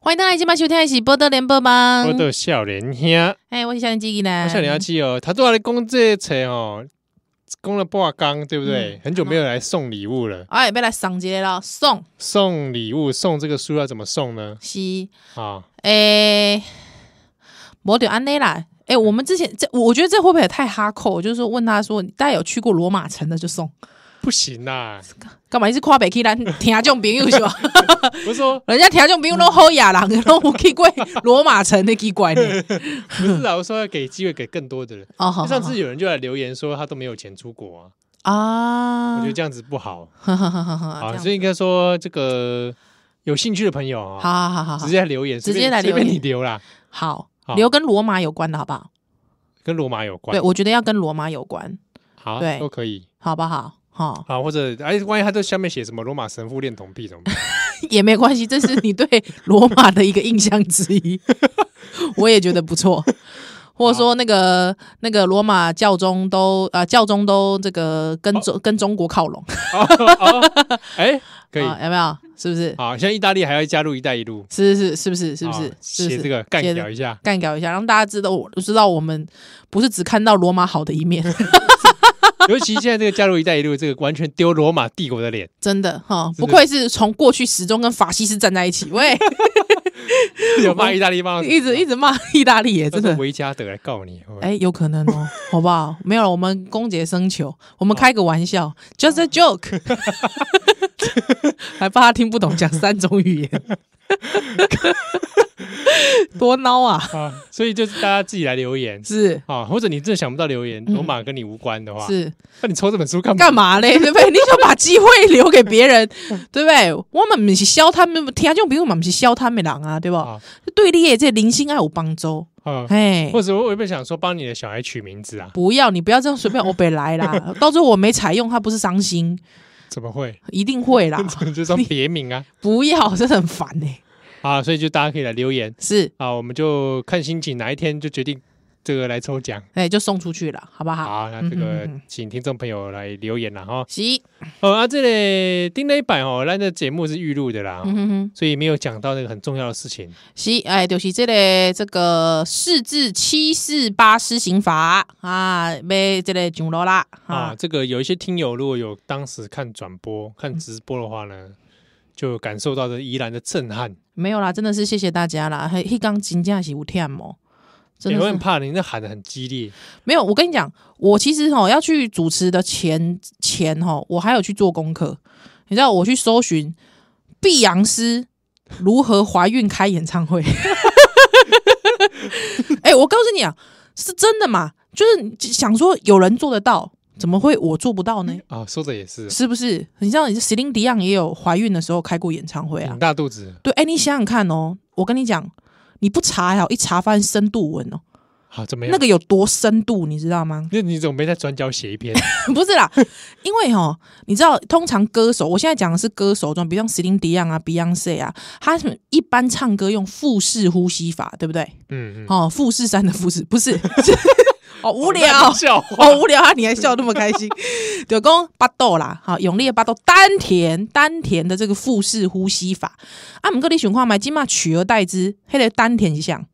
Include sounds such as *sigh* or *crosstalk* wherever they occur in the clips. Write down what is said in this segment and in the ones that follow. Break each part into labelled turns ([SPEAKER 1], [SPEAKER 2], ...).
[SPEAKER 1] 欢迎大家今晚收听的是《波多连播》吧
[SPEAKER 2] 我。的少年兄，
[SPEAKER 1] 哎，我是小年纪呢
[SPEAKER 2] 我。少年阿七哦，他都来讲这册哦，讲了半缸，对不对？
[SPEAKER 1] 嗯
[SPEAKER 2] 很久没有来送礼物了，
[SPEAKER 1] 哎，要来送一个了，送
[SPEAKER 2] 送礼物送这个书要怎么送呢？
[SPEAKER 1] 是
[SPEAKER 2] 啊，
[SPEAKER 1] 哎，我就安内啦。哎，我们之前这，我我觉得这会不会也太哈扣？就是说问他说，大家有去过罗马城的就送，
[SPEAKER 2] 不行啦！
[SPEAKER 1] 干嘛一直跨北去咱听众朋友是
[SPEAKER 2] *laughs*
[SPEAKER 1] 吧？
[SPEAKER 2] 不是说
[SPEAKER 1] 人家听众朋友拢好亚人，拢有去过罗马城的奇怪
[SPEAKER 2] *laughs*
[SPEAKER 1] 呢。
[SPEAKER 2] 不是啊啦，我说要给机会给更多的人。
[SPEAKER 1] 哦，好好好
[SPEAKER 2] 上次有人就来留言说他都没有钱出国啊，
[SPEAKER 1] 啊，
[SPEAKER 2] 我觉得这样子不好
[SPEAKER 1] 呵呵呵呵呵
[SPEAKER 2] 啊，
[SPEAKER 1] 这
[SPEAKER 2] 所以应该说这个有兴趣的朋友
[SPEAKER 1] 样
[SPEAKER 2] 啊，
[SPEAKER 1] 好好好好
[SPEAKER 2] 直接来留言，
[SPEAKER 1] 直接
[SPEAKER 2] 随便
[SPEAKER 1] 来留言
[SPEAKER 2] 随便你留啦，
[SPEAKER 1] 好好，
[SPEAKER 2] 好
[SPEAKER 1] 留跟罗马有关的好不好？
[SPEAKER 2] 跟罗马有关
[SPEAKER 1] 对，，我觉得要跟罗马有关，
[SPEAKER 2] 好，
[SPEAKER 1] 对
[SPEAKER 2] 都可以。
[SPEAKER 1] 好不好？哈，
[SPEAKER 2] 啊，或者哎，万一他这下面写什么罗马神父恋童癖怎么办？
[SPEAKER 1] 也没关系，这是你对罗马的一个印象之
[SPEAKER 2] *laughs*
[SPEAKER 1] 一，我也觉得不错。或者说那个那个罗马教宗都啊、呃教宗都这个跟中、跟中国靠拢，
[SPEAKER 2] 哦哦，哎，可以。
[SPEAKER 1] 啊，有没有？是不是？
[SPEAKER 2] 好，现在意大利还要加入“一带一路
[SPEAKER 1] 是是是是不是？”，是不
[SPEAKER 2] 啊
[SPEAKER 1] 是？是
[SPEAKER 2] 写
[SPEAKER 1] 不
[SPEAKER 2] 这
[SPEAKER 1] 是？
[SPEAKER 2] 个干
[SPEAKER 1] 写
[SPEAKER 2] 掉一下？
[SPEAKER 1] 干掉一下，让大家知道我知道我们不是只看到罗马好的一
[SPEAKER 2] *laughs*
[SPEAKER 1] 面，
[SPEAKER 2] 尤其现在这个加入“一带一路”，这个完全丢罗马帝国
[SPEAKER 1] *laughs*
[SPEAKER 2] 的脸。
[SPEAKER 1] 真的哈，
[SPEAKER 2] 是
[SPEAKER 1] 不愧是从过去始终跟法西斯站在一起，
[SPEAKER 2] *laughs*
[SPEAKER 1] 喂，
[SPEAKER 2] 有骂意大利骂到死，
[SPEAKER 1] 一直一直骂意大利耶，
[SPEAKER 2] 到
[SPEAKER 1] 真
[SPEAKER 2] 时候
[SPEAKER 1] 的。
[SPEAKER 2] 维加德来告你。会不会
[SPEAKER 1] 哎、有可能哦，好不好？没有了，我们公姐生球，我
[SPEAKER 2] 哦
[SPEAKER 1] 们开个玩笑、j u s t a joke，还怕他听不懂，讲三种语言，多孬啊！
[SPEAKER 2] 啊，所以就是大家自己来留言
[SPEAKER 1] 是
[SPEAKER 2] 啊，或者你真的想不到留言，
[SPEAKER 1] 嗯
[SPEAKER 2] 罗马跟你无关的话，
[SPEAKER 1] 是，
[SPEAKER 2] 那你抽这本书干嘛？
[SPEAKER 1] 干嘛嘞？对不对？你就把机会留给别
[SPEAKER 2] *laughs*
[SPEAKER 1] 人，对不对？我们不是消他们，听众朋友们不是消他们的人啊，对吧？
[SPEAKER 2] 啊
[SPEAKER 1] 对你的这零星爱有帮助，
[SPEAKER 2] 啊，
[SPEAKER 1] 哎、
[SPEAKER 2] 或者我有没有想说帮你的小孩取名字啊？
[SPEAKER 1] 不要，你不要这样随便欧北来啦， *laughs* 到最后我没采用，他不是伤心，
[SPEAKER 2] 怎么会？ *laughs*
[SPEAKER 1] 一定会啦。
[SPEAKER 2] 就算别名啊
[SPEAKER 1] 不要，真的很烦呢、
[SPEAKER 2] 啊，所以就大家可以来留言
[SPEAKER 1] 是，
[SPEAKER 2] 啊，我们就看心情，哪一天就决定这个来抽奖。
[SPEAKER 1] 哎、就送出去了，好不好？
[SPEAKER 2] 好，那这个
[SPEAKER 1] 嗯哼嗯哼
[SPEAKER 2] 请听众朋友来留言啦哈。
[SPEAKER 1] 行，
[SPEAKER 2] 哦啊，这里丁磊版哦，那这节目是预录的啦，
[SPEAKER 1] 嗯哼哼，
[SPEAKER 2] 所以没有讲到那个很重要的事情。
[SPEAKER 1] 是，哎、就是这个这个四至七四八施行法啊，被这个上路啦
[SPEAKER 2] 啊，
[SPEAKER 1] 啊，
[SPEAKER 2] 这个有一些听友如果有当时看转播、看直播的话呢，就感受到这宜兰的震撼。
[SPEAKER 1] 没有啦，真的是谢谢大家啦，嘿，一刚真正是有忝哦，真
[SPEAKER 2] 有
[SPEAKER 1] 的
[SPEAKER 2] 人
[SPEAKER 1] 是
[SPEAKER 2] 很怕你那喊的很激烈，
[SPEAKER 1] 没有，我跟你讲，我其实哈要去主持的前前哈，我还有去做功课。你知道我去搜寻碧昂斯如何怀孕开演唱会？ *laughs* 哎、我告诉你啊，是真的嘛？就是想说有人做得到，怎么会我做不到呢？
[SPEAKER 2] 啊，说的也是，
[SPEAKER 1] 是不是？你知道，你是 c e l i n d i o n 也有怀孕的时候开过演唱会啊
[SPEAKER 2] 挺。大肚子
[SPEAKER 1] 对，哎、你想想看哦，我跟你讲，你不查还好，一查发现深度文哦，
[SPEAKER 2] 啊，怎么样？
[SPEAKER 1] 那个有多深度，你知道吗？
[SPEAKER 2] 那你怎么没在转角写一篇？ *laughs*
[SPEAKER 1] *laughs* 不是啦，因为哈，你知道，通常歌手，我现在讲的是歌手中，比如像 Celine Dion 啊、Beyonce 啊，他们一般唱歌用腹式呼吸法，对不对？
[SPEAKER 2] 嗯嗯，
[SPEAKER 1] 哦，富士山的富士不
[SPEAKER 2] *laughs*
[SPEAKER 1] 是， *laughs* 是哦，无
[SPEAKER 2] 那
[SPEAKER 1] 聊
[SPEAKER 2] 你，笑话
[SPEAKER 1] 哦，无聊啊，你还笑那么开心？ *laughs* 对，公巴豆啦，好，永烈巴豆丹田丹田的这个腹式呼吸法，啊，我们各地循环嘛，今嘛取而代之，黑的丹田是像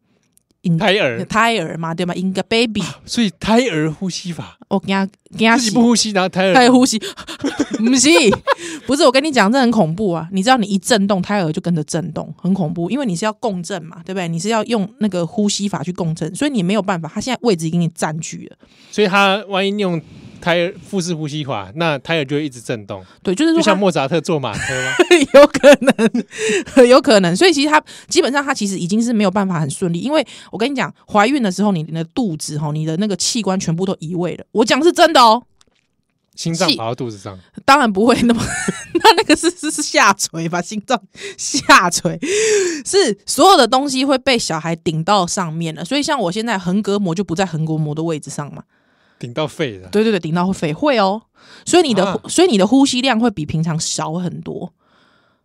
[SPEAKER 2] 胎儿，
[SPEAKER 1] 胎儿嘛，对吗？应该 baby，哦
[SPEAKER 2] 所以胎儿呼吸法，
[SPEAKER 1] 我给他给他
[SPEAKER 2] 自己不呼吸，然后胎儿
[SPEAKER 1] 啊胎呼吸， *laughs* 不是，不是，我跟你讲，这很恐怖啊！你知道，你一震动，胎儿就跟着震动，很恐怖，因为你是要共振嘛，对不对？你是要用那个呼吸法去共振，所以你没有办法，他现在位置已经给你占据了。
[SPEAKER 2] 所以他万一用胎儿腹式呼吸法，那胎儿就会一直震动，
[SPEAKER 1] 对，就是
[SPEAKER 2] 就
[SPEAKER 1] 说
[SPEAKER 2] 像
[SPEAKER 1] 他，
[SPEAKER 2] 莫扎特坐马车
[SPEAKER 1] *laughs*
[SPEAKER 2] 吗？
[SPEAKER 1] 有可能， *laughs* 有可能。所以其实他基本上他其实已经是没有办法很顺利，因为我跟你讲，怀孕的时候，你的肚子哈，你的那个器官全部都移位了。我讲的是真的哦，
[SPEAKER 2] 心脏
[SPEAKER 1] 气
[SPEAKER 2] 跑到肚子上，
[SPEAKER 1] 当然不会那么， *laughs* 那那个是是是下垂吧，心脏下垂，是所有的东西会被小孩顶到上面了。所以像我现在横膈膜就不在横膈膜的位置上嘛，
[SPEAKER 2] 顶到肺了。
[SPEAKER 1] 对对对，顶到会肺会哦。所以你的、
[SPEAKER 2] 啊
[SPEAKER 1] 所以你的呼吸量会比平常少很多。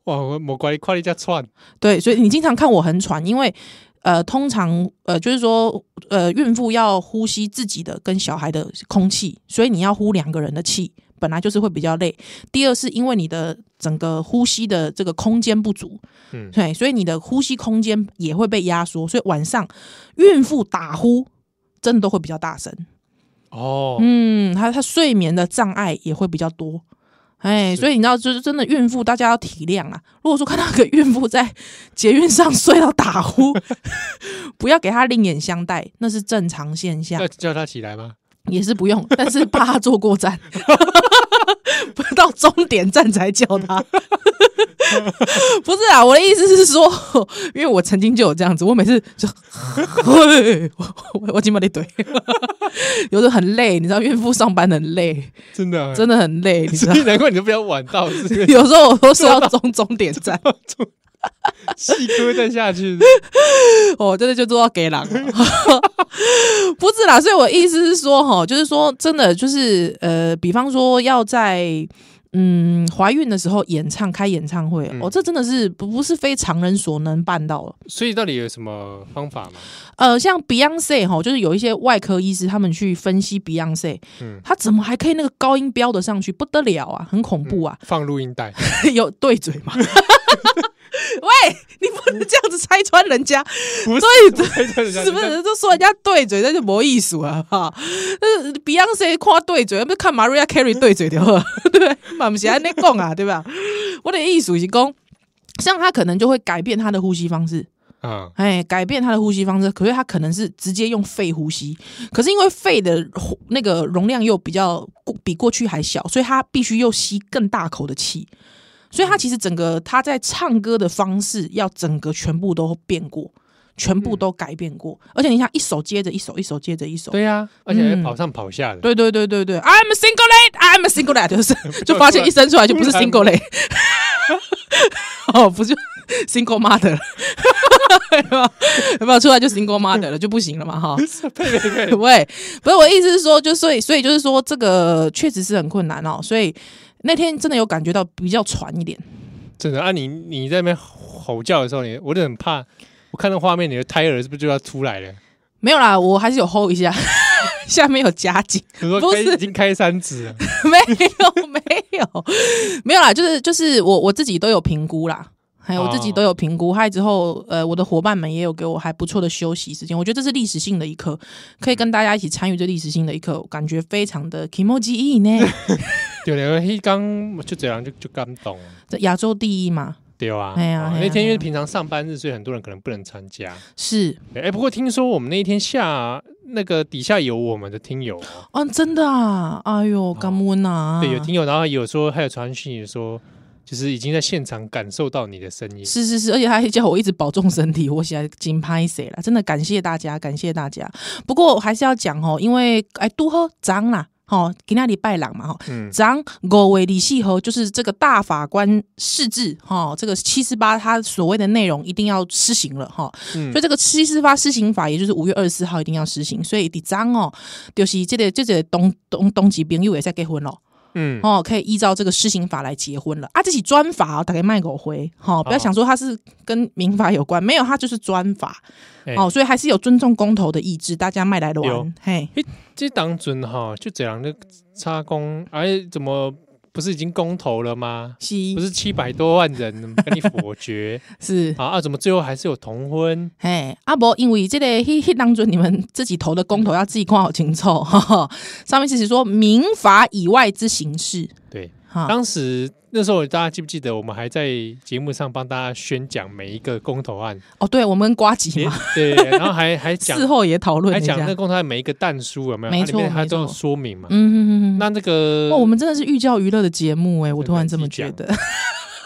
[SPEAKER 2] 哇，我我怪你快一下窜，
[SPEAKER 1] 对，所以你经常看我很喘，因为呃，通常呃，就是说呃，孕妇要呼吸自己的跟小孩的空气，所以你要呼两个人的气。本来就是会比较累。第二是因为你的整个呼吸的这个空间不足，
[SPEAKER 2] 嗯
[SPEAKER 1] 对，所以你的呼吸空间也会被压缩，所以晚上孕妇打呼真的都会比较大声。
[SPEAKER 2] 哦，
[SPEAKER 1] 嗯，她她睡眠的障碍也会比较多。哎，
[SPEAKER 2] 是
[SPEAKER 1] 所以你知道，就是真的孕妇，大家要体谅啊。如果说看到一个孕妇在捷运上睡到打呼， *laughs* 不要给她另眼相待，那是正常现象
[SPEAKER 2] 要。叫他起来吗？
[SPEAKER 1] 也是不用，但是怕他坐过站，不到终点站才叫他。不是啊，我的意思是说，因为我曾经就有这样子，我每次就，嘿我我我金毛得怼，有时候很累，你知道孕妇上班很累，
[SPEAKER 2] 真的啊，
[SPEAKER 1] 真的很累，你知道
[SPEAKER 2] *laughs* 所。以难怪你都不要晚到，
[SPEAKER 1] *laughs*
[SPEAKER 2] 是
[SPEAKER 1] 有时候我都睡到终终点站，
[SPEAKER 2] 细哥再下去，
[SPEAKER 1] *laughs* 我哦真的就做到给狼了， *laughs* 不是啦。所以我意思是说，哈，就是说真的，就是呃，比方说要在嗯怀孕的时候演唱开演唱会，
[SPEAKER 2] 嗯
[SPEAKER 1] 哦，这真的是不不是非常人所能办到了。
[SPEAKER 2] 所以到底有什么方法吗？
[SPEAKER 1] 呃，像 Beyonce 哈，就是有一些外科医师他们去分析 Beyonce，
[SPEAKER 2] 嗯
[SPEAKER 1] 他怎么还可以那个高音飙得上去，不得了啊，很恐怖啊，
[SPEAKER 2] 放
[SPEAKER 1] *laughs*
[SPEAKER 2] 录音带， *laughs*
[SPEAKER 1] 有对嘴吗？喂，你不能这样子拆穿人家。
[SPEAKER 2] 不是
[SPEAKER 1] 对嘴
[SPEAKER 2] 对对对，
[SPEAKER 1] 是不是都说人家对嘴，那就没意思啊！哈，那 Beyonce 夸对嘴，那不是看 Maria Carey 对嘴的， *laughs* 对不对？嘛不是安尼讲啊，对吧？我的意思是讲，像他可能就会改变他的呼吸方式，
[SPEAKER 2] 啊？
[SPEAKER 1] 哎，改变他的呼吸方式，可是他可能是直接用肺呼吸，可是因为肺的呼那个容量又比较比过去还小，所以他必须又吸更大口的气，所以他其实整个他在唱歌的方式要整个全部都变过，全部都改变过，而且你想一首接着一首，一首接着一首。
[SPEAKER 2] 对呀，而且还
[SPEAKER 1] 嗯
[SPEAKER 2] 跑上跑下的，
[SPEAKER 1] 对对对对对，I'm a single lad, I'm a single lad，就是就发现一生出来就不是 single lad，哦，不是 single mother 了，有没有？有没有出来就 single mother 了就不行了嘛？哈，
[SPEAKER 2] *laughs* 对对对，
[SPEAKER 1] 喂，不是我的意思是说，就所以所以就是说，这个确实是很困难哦。所以那天真的有感觉到比较喘一点，
[SPEAKER 2] 真的啊！你你在那边吼叫的时候，你我就很怕，我看到画面，你的胎儿是不是就要出来了？
[SPEAKER 1] 没有啦，我还是有 hold 一下， *laughs* 下面有夹紧。
[SPEAKER 2] 你说
[SPEAKER 1] 不
[SPEAKER 2] 开
[SPEAKER 1] 是
[SPEAKER 2] 已经开三指了，
[SPEAKER 1] *laughs* 没有，没有，没有啦，就是就是我我自己都有评估啦，还有我自己
[SPEAKER 2] 哦
[SPEAKER 1] 都有评估，还有之后呃，我的伙伴们也有给我还不错的休息时间，我觉得这是历史性的一刻，可以跟大家一起参与这历史性的一刻，我感觉非常的 k i m o j i
[SPEAKER 2] *laughs*
[SPEAKER 1] 呢，
[SPEAKER 2] 对了，那刚就这样就就感动了，
[SPEAKER 1] 这亚洲第一嘛，
[SPEAKER 2] 对啊。
[SPEAKER 1] 哎呀
[SPEAKER 2] 哦
[SPEAKER 1] 哎呀
[SPEAKER 2] 那天
[SPEAKER 1] 哎
[SPEAKER 2] 因为
[SPEAKER 1] 呀
[SPEAKER 2] 平常上班日，所以很多人可能不能参加。
[SPEAKER 1] 是，
[SPEAKER 2] 对哎，不过听说我们那一天下那个底下有我们的听友哦，
[SPEAKER 1] 啊，真的啊，哎呦，感恩啊，
[SPEAKER 2] 对，有听友，然后有说还有传讯说，就是已经在现场感受到你的声音，
[SPEAKER 1] 是是是，而且他还叫我一直保重身体，我现在紧拍谁了？真的感谢大家，感谢大家。不过我还是要讲哦，因为哎，都喝长啦，吼、哦，今天礼拜郎嘛，吼、
[SPEAKER 2] 嗯
[SPEAKER 1] 长五月李细和就是这个大法官释字，哈、这个七四八他所谓的内容一定要施行了，哈、
[SPEAKER 2] 嗯
[SPEAKER 1] 所以这个七四八施行法，也就是五月二十四号一定要施行，所以第章哦，就是这个这个东东东极朋友也在结婚了。
[SPEAKER 2] 嗯，
[SPEAKER 1] 哦，可以依照这个施行法来结婚了啊！这起专法哦，打给卖狗回，好、
[SPEAKER 2] 啊
[SPEAKER 1] 不要想说它是跟民法有关，没有，它就是专法、
[SPEAKER 2] 哎
[SPEAKER 1] 哦，所以还是有尊重公投的意志，大家卖来的
[SPEAKER 2] 有
[SPEAKER 1] 玩，嘿，
[SPEAKER 2] 这当准哈就这样的插工，哎，怎么不是已经公投了吗？
[SPEAKER 1] 西
[SPEAKER 2] 不是七百多万
[SPEAKER 1] *laughs*
[SPEAKER 2] 人跟你否决
[SPEAKER 1] 是，
[SPEAKER 2] 啊啊！怎么最后还是有同婚？
[SPEAKER 1] 嘿，啊不，因为这个迄迄当中你们自己投的公投要自己看好清楚，哈哈，上面是写说民法以外之形式，
[SPEAKER 2] 对，
[SPEAKER 1] 哈、
[SPEAKER 2] 当时那时候大家记不记得，我们还在节目上帮大家宣讲每一个公
[SPEAKER 1] *laughs*
[SPEAKER 2] 投案，
[SPEAKER 1] 哦，对，我们瓜吉
[SPEAKER 2] 连
[SPEAKER 1] 嘛，
[SPEAKER 2] 对，然后还还讲
[SPEAKER 1] *laughs* 事后也讨论
[SPEAKER 2] 还
[SPEAKER 1] 一下
[SPEAKER 2] 讲，那个公投案每一个弹书有没有？
[SPEAKER 1] 没
[SPEAKER 2] 它里面
[SPEAKER 1] 错
[SPEAKER 2] 它
[SPEAKER 1] 没
[SPEAKER 2] 都有
[SPEAKER 1] 错
[SPEAKER 2] 说明嘛。
[SPEAKER 1] 嗯嗯嗯
[SPEAKER 2] 那
[SPEAKER 1] 嗯，
[SPEAKER 2] 那个
[SPEAKER 1] 哇，我们真的是寓教于乐的节目哎、我
[SPEAKER 2] 对
[SPEAKER 1] 突然
[SPEAKER 2] 自
[SPEAKER 1] 这么
[SPEAKER 2] 己
[SPEAKER 1] 觉
[SPEAKER 2] 讲
[SPEAKER 1] 得，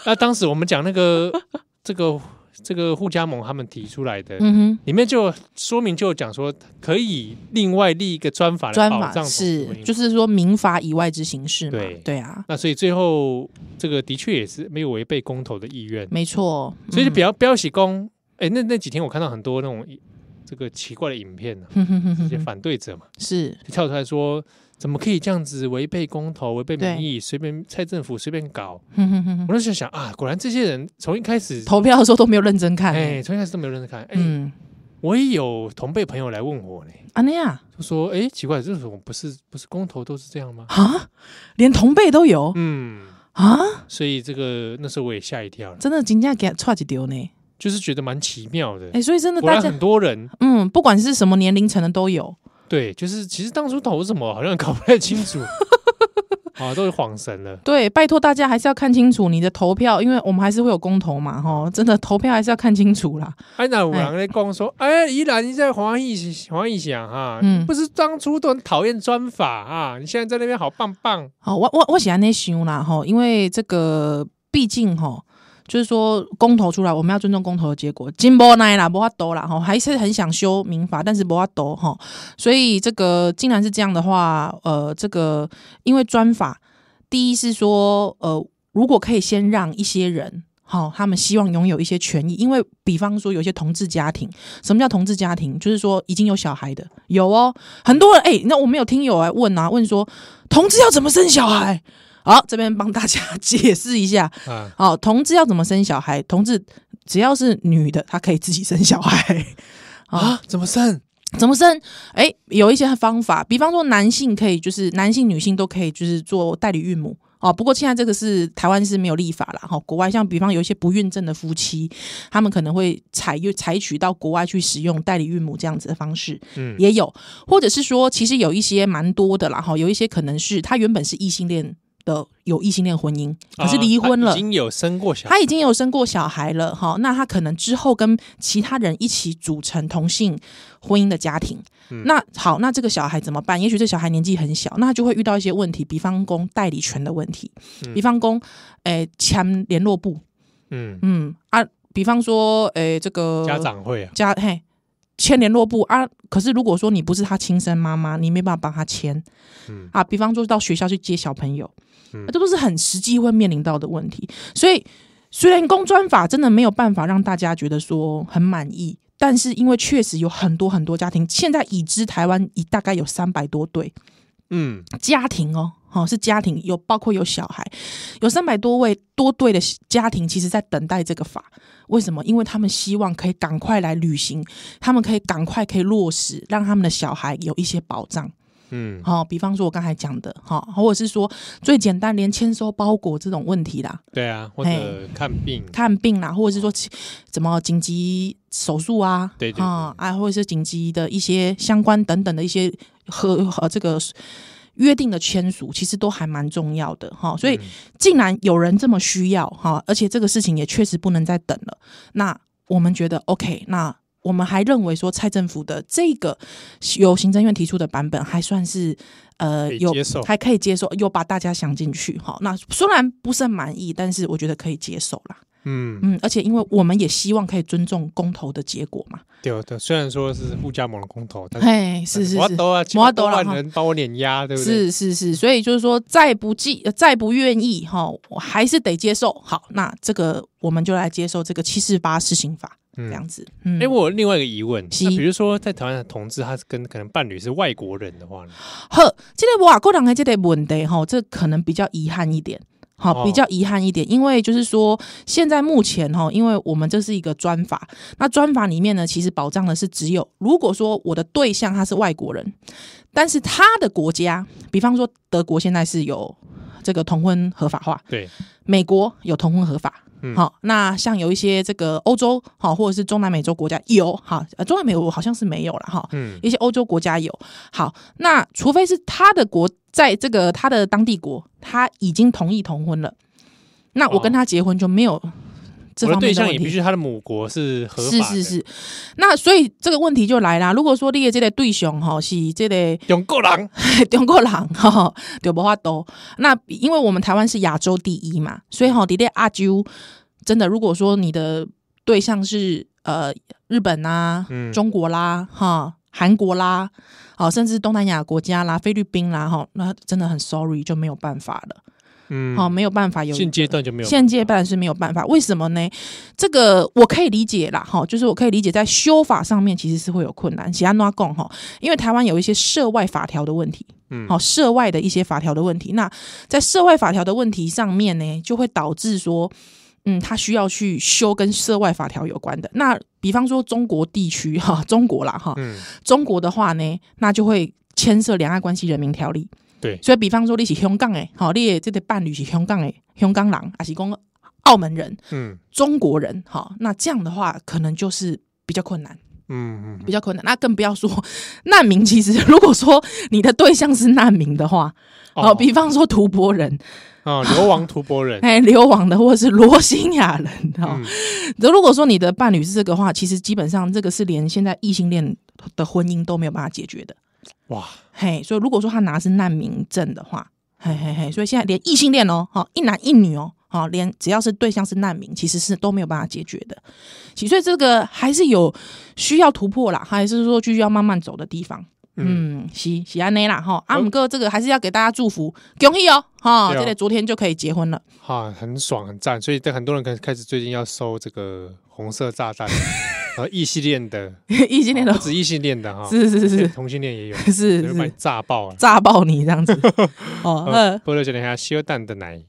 [SPEAKER 2] 那当时我们讲那个这个这个互加盟他们提出
[SPEAKER 1] *laughs*
[SPEAKER 2] 来的，
[SPEAKER 1] 嗯哼。
[SPEAKER 2] 里面就有说明就有讲说，可以另外立一个专法来
[SPEAKER 1] 专
[SPEAKER 2] 保
[SPEAKER 1] 法
[SPEAKER 2] 障
[SPEAKER 1] 是
[SPEAKER 2] 同性婚姻
[SPEAKER 1] 就是说民法以外之形式嘛，
[SPEAKER 2] 对
[SPEAKER 1] 啊，
[SPEAKER 2] 那所以最后这个的确也是没有违背公投的意愿，
[SPEAKER 1] 没错，
[SPEAKER 2] 所以就
[SPEAKER 1] 嗯
[SPEAKER 2] 不要不要洗公。哎，那那几天我看到很多那种这个奇怪的影片呢、啊，
[SPEAKER 1] 哼哼哼嗯
[SPEAKER 2] 这
[SPEAKER 1] 哼
[SPEAKER 2] 些
[SPEAKER 1] 哼
[SPEAKER 2] 反对者嘛，
[SPEAKER 1] 是
[SPEAKER 2] 就跳出来说，怎么可以这样子违背公投、违背民
[SPEAKER 1] 对嗯
[SPEAKER 2] 意，随便蔡政府随便搞？
[SPEAKER 1] 哼哼哼哼
[SPEAKER 2] 我就在想啊，果然这些人从一开始，
[SPEAKER 1] 投票的时候都没有认真看、
[SPEAKER 2] 哎，
[SPEAKER 1] 欸，
[SPEAKER 2] 从一开始都没有人看，哎，
[SPEAKER 1] 嗯，
[SPEAKER 2] 我也有同辈朋友来问我呢，
[SPEAKER 1] 啊那样
[SPEAKER 2] 就说：“哎，奇怪，这种不是不是公投都是这样吗
[SPEAKER 1] 啊，连同辈都有？”
[SPEAKER 2] 嗯，
[SPEAKER 1] 啊，
[SPEAKER 2] 所以这个那时候我也吓一跳了，
[SPEAKER 1] 真的金价给差几丢呢？
[SPEAKER 2] 就是觉得蛮奇妙的
[SPEAKER 1] *laughs* 哎、。所以真的
[SPEAKER 2] 果
[SPEAKER 1] 大
[SPEAKER 2] 然
[SPEAKER 1] 家
[SPEAKER 2] 很多人
[SPEAKER 1] 嗯，不管是什么年龄层的都有。
[SPEAKER 2] 对，就是其实当初投什么好像搞不太清
[SPEAKER 1] *laughs*
[SPEAKER 2] 楚，啊，都是恍神了。
[SPEAKER 1] 对，拜托大家还是要看清楚你的投票，因为我们还是会有公投嘛，哈，真的投票还是要看清楚啦。
[SPEAKER 2] 哎，那有人在讲说，哎，依然你在黄奕黄奕翔哈，
[SPEAKER 1] 嗯
[SPEAKER 2] 不是当初都很讨厌专法啊，你现在在那边好棒棒，
[SPEAKER 1] 好，我我我喜欢那想啦，哈，因为这个毕竟哈，就是说公投出来，我们要尊重公投的结果。金波奈啦，波法多啦，哈，还是很想修民法，但是波法多哈，所以这个竟然是这样的话，呃，这个因为专法，第一是说，呃，如果可以先让一些人。好，他们希望拥有一些权益，因为比方说有一些同志家庭，什么叫同志家庭？就是说已经有小孩的，有哦，很多人哎、那我们有听友来问啊，问说同志要怎么生小孩？好，这边帮大家解释一下。
[SPEAKER 2] 啊，
[SPEAKER 1] 好，同志要怎么生小孩？同志只要是女的，她可以自己生小孩啊。
[SPEAKER 2] 啊，怎么算？
[SPEAKER 1] 怎么生？哎，有一些方法，比方说男性可以，就是男性、女性都可以，就是做代理孕母。哦，不过现在这个是台湾是没有立法啦，哈、国外像比方有一些不孕症的夫妻，他们可能会采用采取到国外去使用代理孕母这样子的方式，
[SPEAKER 2] 嗯，
[SPEAKER 1] 也有，或者是说，其实有一些蛮多的啦，哈，有一些可能是他原本是异性恋的，有异性恋婚姻，可是离婚了。
[SPEAKER 2] 啊已经有生过小孩，
[SPEAKER 1] 他已经有生过小孩了，哈，那他可能之后跟其他人一起组成同性婚姻的家庭。
[SPEAKER 2] 嗯
[SPEAKER 1] 那好，那这个小孩怎么办？也许这小孩年纪很小，那他就会遇到一些问题，比方公代理权的问题，
[SPEAKER 2] 嗯
[SPEAKER 1] 比方公诶签联络部，
[SPEAKER 2] 嗯，
[SPEAKER 1] 嗯啊，比方说诶这个
[SPEAKER 2] 家长会啊，
[SPEAKER 1] 家嘿签联络簿啊。可是如果说你不是他亲生妈妈，你没办法帮他签
[SPEAKER 2] 嗯
[SPEAKER 1] 啊。比方说到学校去接小朋友，
[SPEAKER 2] 嗯
[SPEAKER 1] 啊这都是很实际会面临到的问题。所以虽然公专法真的没有办法让大家觉得说很满意。但是，因为确实有很多很多家庭，现在已知台湾已大概有三百多对
[SPEAKER 2] 嗯，
[SPEAKER 1] 家庭哦，哦是家庭，有包括有小孩，有三百多位多对的家庭，其实在等待这个法。为什么？因为他们希望可以赶快来履行，他们可以赶快可以落实，让他们的小孩有一些保障。
[SPEAKER 2] 嗯，
[SPEAKER 1] 好、比方说我刚才讲的，哈、或者是说最简单，连签收包裹这种问题啦，
[SPEAKER 2] 对啊，或者看病，
[SPEAKER 1] 看病啦，或者是说其怎么紧急手术啊，
[SPEAKER 2] 哦对对对
[SPEAKER 1] 啊啊，或者是紧急的一些相关等等的一些和和呃这个约定的签署，其实都还蛮重要的哈。所以
[SPEAKER 2] 嗯
[SPEAKER 1] 竟然有人这么需要哈，而且这个事情也确实不能再等了。那我们觉得 OK，那。我们还认为说蔡政府的这个由行政院提出的版本还算是呃
[SPEAKER 2] 可以
[SPEAKER 1] 有
[SPEAKER 2] 接受
[SPEAKER 1] 还可以接受，有把大家想进去哈。那虽然不是很满意，但是我觉得可以接受啦。
[SPEAKER 2] 嗯，
[SPEAKER 1] 嗯，而且因为我们也希望可以尊重公投的结果嘛。
[SPEAKER 2] 对对，虽然说是互加盟的公投，但是
[SPEAKER 1] 哎， *laughs* 是是
[SPEAKER 2] 我
[SPEAKER 1] 是。
[SPEAKER 2] 都啊，
[SPEAKER 1] 摩阿斗啦
[SPEAKER 2] 万
[SPEAKER 1] 哈
[SPEAKER 2] 人把我碾压，对不对？
[SPEAKER 1] 是是是，所以就是说，再不记，呃再不愿意哈，我还是得接受。好，那这个我们就来接受这个七四八施行法这
[SPEAKER 2] 嗯。
[SPEAKER 1] 样子。嗯，
[SPEAKER 2] 哎，我有另外一个疑问，
[SPEAKER 1] 是
[SPEAKER 2] 那比如说在台湾的同志，他是跟可能伴侣是外国人的话呢？
[SPEAKER 1] 呵，这个外国人的这个问题哈，这可能比较遗憾一点。好，
[SPEAKER 2] 哦
[SPEAKER 1] 比较遗憾一点，因为就是说，现在目前哈，因为我们这是一个专法，那专法里面呢，其实保障的是只有，如果说我的对象他是外国人，但是他的国家，比方说德国现在是有这个同婚合法化，
[SPEAKER 2] 对，
[SPEAKER 1] 美国有同婚合法，好、
[SPEAKER 2] 嗯
[SPEAKER 1] 那像有一些这个欧洲好、或者是中南美洲国家有哈、呃，中南美洲好像是没有了哈、
[SPEAKER 2] 嗯
[SPEAKER 1] 一些欧洲国家有。好，那除非是他的国在这个他的当地国，他已经同意同婚了，那我跟他结婚就没有这
[SPEAKER 2] 哦
[SPEAKER 1] 方
[SPEAKER 2] 我的对
[SPEAKER 1] 面的
[SPEAKER 2] 象
[SPEAKER 1] 问
[SPEAKER 2] 也必
[SPEAKER 1] 题。
[SPEAKER 2] 须他的母国是合
[SPEAKER 1] 是
[SPEAKER 2] 法的，
[SPEAKER 1] 是是，那所以这个问题就来啦。如果说你的这个对象哈是这个 *laughs*
[SPEAKER 2] 永过狼，
[SPEAKER 1] 中国人哈，就无法度。那因为我们台湾是亚洲第一嘛，所以哈，你在亚洲真的，如果说你的对象是呃日本啊、
[SPEAKER 2] 嗯
[SPEAKER 1] 中国啦、哈、韩国啦，好、甚至东南亚国家啦、菲律宾啦，哈、那真的很 sorry 就没有办法了，
[SPEAKER 2] 嗯
[SPEAKER 1] 好、没有办法有
[SPEAKER 2] 现阶段就没有，
[SPEAKER 1] 现阶段是没有办法，为什么呢？这个我可以理解啦，哈，就是我可以理解在修法上面其实是会有困难。其他诺贡哈，因为台湾有一些涉外法条的问题，
[SPEAKER 2] 嗯
[SPEAKER 1] 好，涉外的一些法条的问题。那在涉外法条的问题上面呢，就会导致说，嗯，他需要去修跟涉外法条有关的。那比方说中国地区哈，中国啦哈，
[SPEAKER 2] 嗯，
[SPEAKER 1] 中国的话呢，那就会牵涉《两岸关系人民条例》。
[SPEAKER 2] 对
[SPEAKER 1] 所以比方说你是香港诶，好，你的这个伴侣是香港诶，香港人，还是讲澳门人、
[SPEAKER 2] 嗯
[SPEAKER 1] 中国人，好，那这样的话可能就是比较困难。 *laughs*
[SPEAKER 2] 嗯嗯，
[SPEAKER 1] 比较困难。那更不要说 *laughs* 难民，其实如果说你的对象是难民的话，哦，比方说吐蕃人、
[SPEAKER 2] 啊，流亡吐蕃人，
[SPEAKER 1] 哎流亡的，或者是罗兴亚人哈。
[SPEAKER 2] 嗯
[SPEAKER 1] 那、如果说你的伴侣是这个话，其实基本上这个是连现在异性恋的婚姻都没有办法解决的。
[SPEAKER 2] 哇，
[SPEAKER 1] 嘿，所以如果说他拿的是难民证的话，嘿嘿嘿，所以现在连异性恋哦，哈，一男一女哦，哈，连只要是对象是难民，其实是都没有办法解决的。其所以这个还是有需要突破啦，还是说继续要慢慢走的地方。嗯，喜喜安内啦哈，阿
[SPEAKER 2] 好
[SPEAKER 1] 姆哥这个还是要给大家祝福，恭喜哦哈，
[SPEAKER 2] 哦对哦
[SPEAKER 1] 这个昨天就可以结婚了， *laughs*
[SPEAKER 2] 哈，很爽很赞，所以这很多人开始开始最近要收这个红色炸
[SPEAKER 1] *laughs*
[SPEAKER 2] 弹，然后异性恋的，
[SPEAKER 1] 异性恋的
[SPEAKER 2] 哦不，止异哦性恋的哈，
[SPEAKER 1] *laughs* 是是是是
[SPEAKER 2] 同性恋也有，
[SPEAKER 1] 是
[SPEAKER 2] 有人把你
[SPEAKER 1] 是，
[SPEAKER 2] 炸爆了。 *laughs*
[SPEAKER 1] 炸爆你这样子哦，
[SPEAKER 2] 呃
[SPEAKER 1] 呃，
[SPEAKER 2] 菠萝酒店还有修蛋的奶，